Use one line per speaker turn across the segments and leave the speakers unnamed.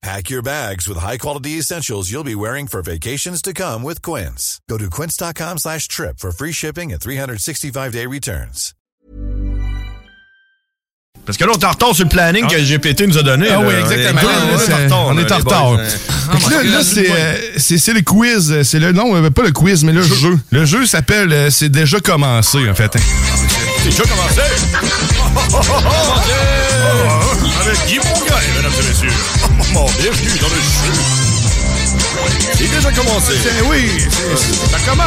Pack your bags with high-quality essentials you'll be wearing for vacations to come with Quince. Go to quince.com slash trip for free shipping and 365-day returns.
Parce que là, on est en retard sur le planning que GPT nous a donné.
Ah
là.
oui, exactement.
Les deux,
Ouais,
on
c'est-
est en retard.
on
là,
est en retard.
les boys. hein.
Fait que
Fait
là, là, c'est euh, c'est- c'est le quiz. C'est le, non, euh, pas le quiz, mais le jeu. Le jeu s'appelle euh, C'est déjà commencé, en fait. hein.
C'est déjà commencé! Avec Guy Bourgogne, mesdames et messieurs. Bienvenue dans le jeu. C'est déjà commencé.
Eh oui, c'est- c'est- ça commence.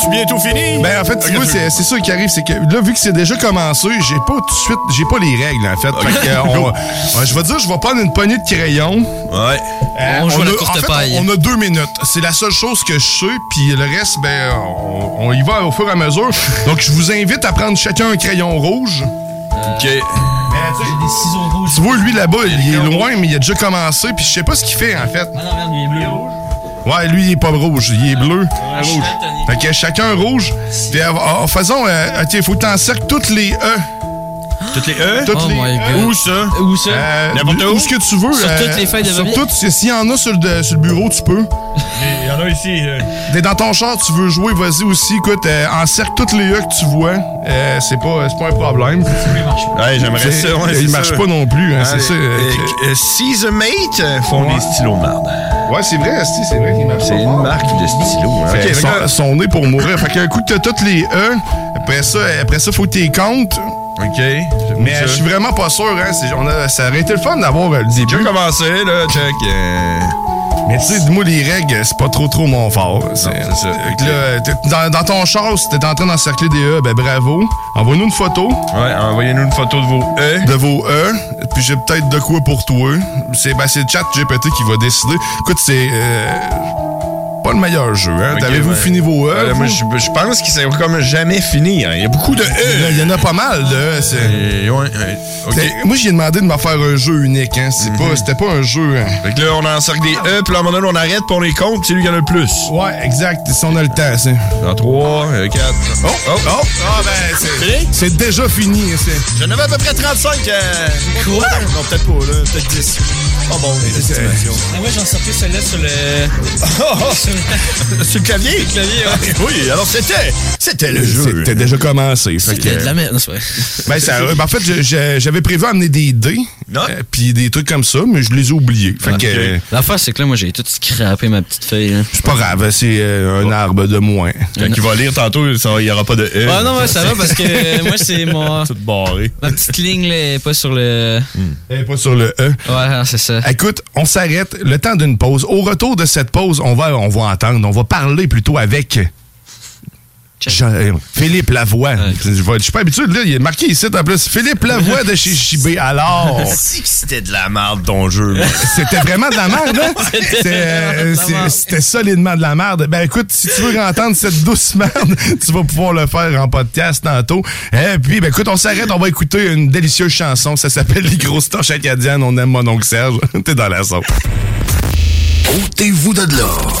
C'est bientôt fini?
Ben, en fait, tu vois, c'est c'est ça qui arrive, c'est que là, vu que c'est déjà commencé, j'ai pas tout de suite, j'ai pas les règles, en fait. Fait que, on- ouais, je vais dire, je vais prendre une poignée de crayons.
Ouais.
Euh,
On joue à la
a-
courte
en fait,
paille.
On, on a deux minutes. C'est la seule chose que je sais, puis le reste, ben, on, on y va au fur et à mesure. Donc, je vous invite à prendre chacun un crayon rouge.
OK.
Des ciseaux rouges.
Tu vois, lui, là-bas, il est loin, mais il a déjà commencé, puis je sais pas ce qu'il fait, en fait.
Ah non, merde, il est bleu.
Ouais, lui, il est pas rouge, il est bleu.
Ah, je suis daltonien.
Fait que chacun rouge. Puis, euh, en faisant, euh, OK, faut que t'encercles toutes les E.
Toutes les E?
Toutes
Oh
les
my
E.
God.
Où ça?
Où ça?
Euh,
N'importe
d-
où.
Où ce que tu veux. euh,
Sur toutes les feuilles de
Sur
papier.
toutes. si- S'il y en a sur le, sur le bureau, tu peux.
Il y en a ici.
euh,
T'es dans ton char, tu veux jouer, vas-y aussi. Écoute, euh, encercle toutes les E que tu vois. Euh, c'est pas, c'est pas un problème.
Ouais, j'aimerais
C'est-
ça. Ouais,
il marche pas non plus, hein, c'est ça. euh,
Si the Mate euh, font
Ouais.
des stylos de marde.
que- Ouais, c'est vrai, Asti, c'est vrai qu'il marche
C'est
pas.
une marque de stylos. Hein.
Fait
Ok,
que
d'accord.
son, son nez pour mourir. Fait qu'un coup, t'as toutes les E. Après ça, après ça, faut que t'y comptes.
OK. j'aime
Mais
ça.
je suis vraiment pas sûr, hein. c'est- on a, ça aurait été le fun d'avoir euh, le
Je
début.
vais commencer, là, check. euh,
Mais tu sais, dis-moi, les règles, c'est pas trop trop mon fort. C'est
c'est ça.
Fait que là, t'es- dans, dans ton char, si t'es en train d'encercler des E, ben bravo. Envoie-nous une photo
Ouais, envoyez-nous une photo de vos E.
de vos E, puis j'ai peut-être de quoi pour toi. C'est ben, c'est chat GPT qui va décider. Écoute, c'est euh, pas le meilleur jeu. Hein?
Ok,
Avez-vous
ouais.
fini vos E?
Ouais, là, moi,
vous? Euh,
je, je pense que c'est comme jamais fini. hein. Il y a beaucoup de
Il y en a-
E.
Il y en a pas mal de E. c'est-
Et, ouais, ouais, OK.
C'est- Moi, j'ai demandé de me faire un jeu unique. Hein? C'est
Mhm.
pas- C'était pas, un jeu... hein.
Fait que là, on encercle des E, puis là, à un moment donné, on arrête, puis on les compte, puis c'est lui qui en a le plus.
Ouais, exact. Si on a le temps, c'est...
Dans 3, 4. Oh, oh, oh.
Ah ben, c'est- c'est déjà fini. hein, c'est-
J'en avais à peu près 35. euh,
Quoi?
Non, peut-être pas, là. Peut-être 10. Pas bon, les estimations.
Ah ouais, j'ai sorti celle-là sur le.
Oh, oh,
sur le
sur le clavier?
clavier, ouais.
Oui, alors c'était. C'était le jeu.
C'était déjà commencé. fait
Il y a de
que-
la merde, non, c'est vrai.
Ben, ça- ben, en fait, je- je- j'avais prévu amener des dés,
Non.
euh, puis des trucs comme ça, mais je les ai oubliés. Fait que euh,
L'affaire, c'est que là, moi, j'ai tout scrappé ma petite feuille. hein.
c'est pas grave, c'est euh, un arbre de moins.
Quand il va lire tantôt, ça, il n'y aura pas de E.
Ah non, ouais, ça va parce que euh, moi, c'est mon.
Tout barré.
Ma petite ligne, là, est pas sur le.
Eh, pas sur le E.
Ouais, non, c'est ça.
Écoute, on s'arrête le temps d'une pause. Au retour de cette pause, on va, on va entendre, on va parler plutôt avec. Jean- euh, Philippe Lavoie. Je vais- je suis pas habitué, là, il est marqué ici en plus. Philippe Lavoie de chez JB. Alors,
Si que c'était de la merde, ton jeu. man.
C'était vraiment de la merde, hein? C'était, euh,
vraiment de la merde.
c'est- C'était solidement de la merde. Ben écoute, si tu veux entendre cette douce merde, tu vas pouvoir le faire en podcast tantôt. Et puis, ben écoute, on s'arrête, on va écouter une délicieuse chanson. Ça s'appelle Les grosses torches acadiennes. On aime mon oncle Serge. T'es dans la sauce.
Ôtez-vous de l'or.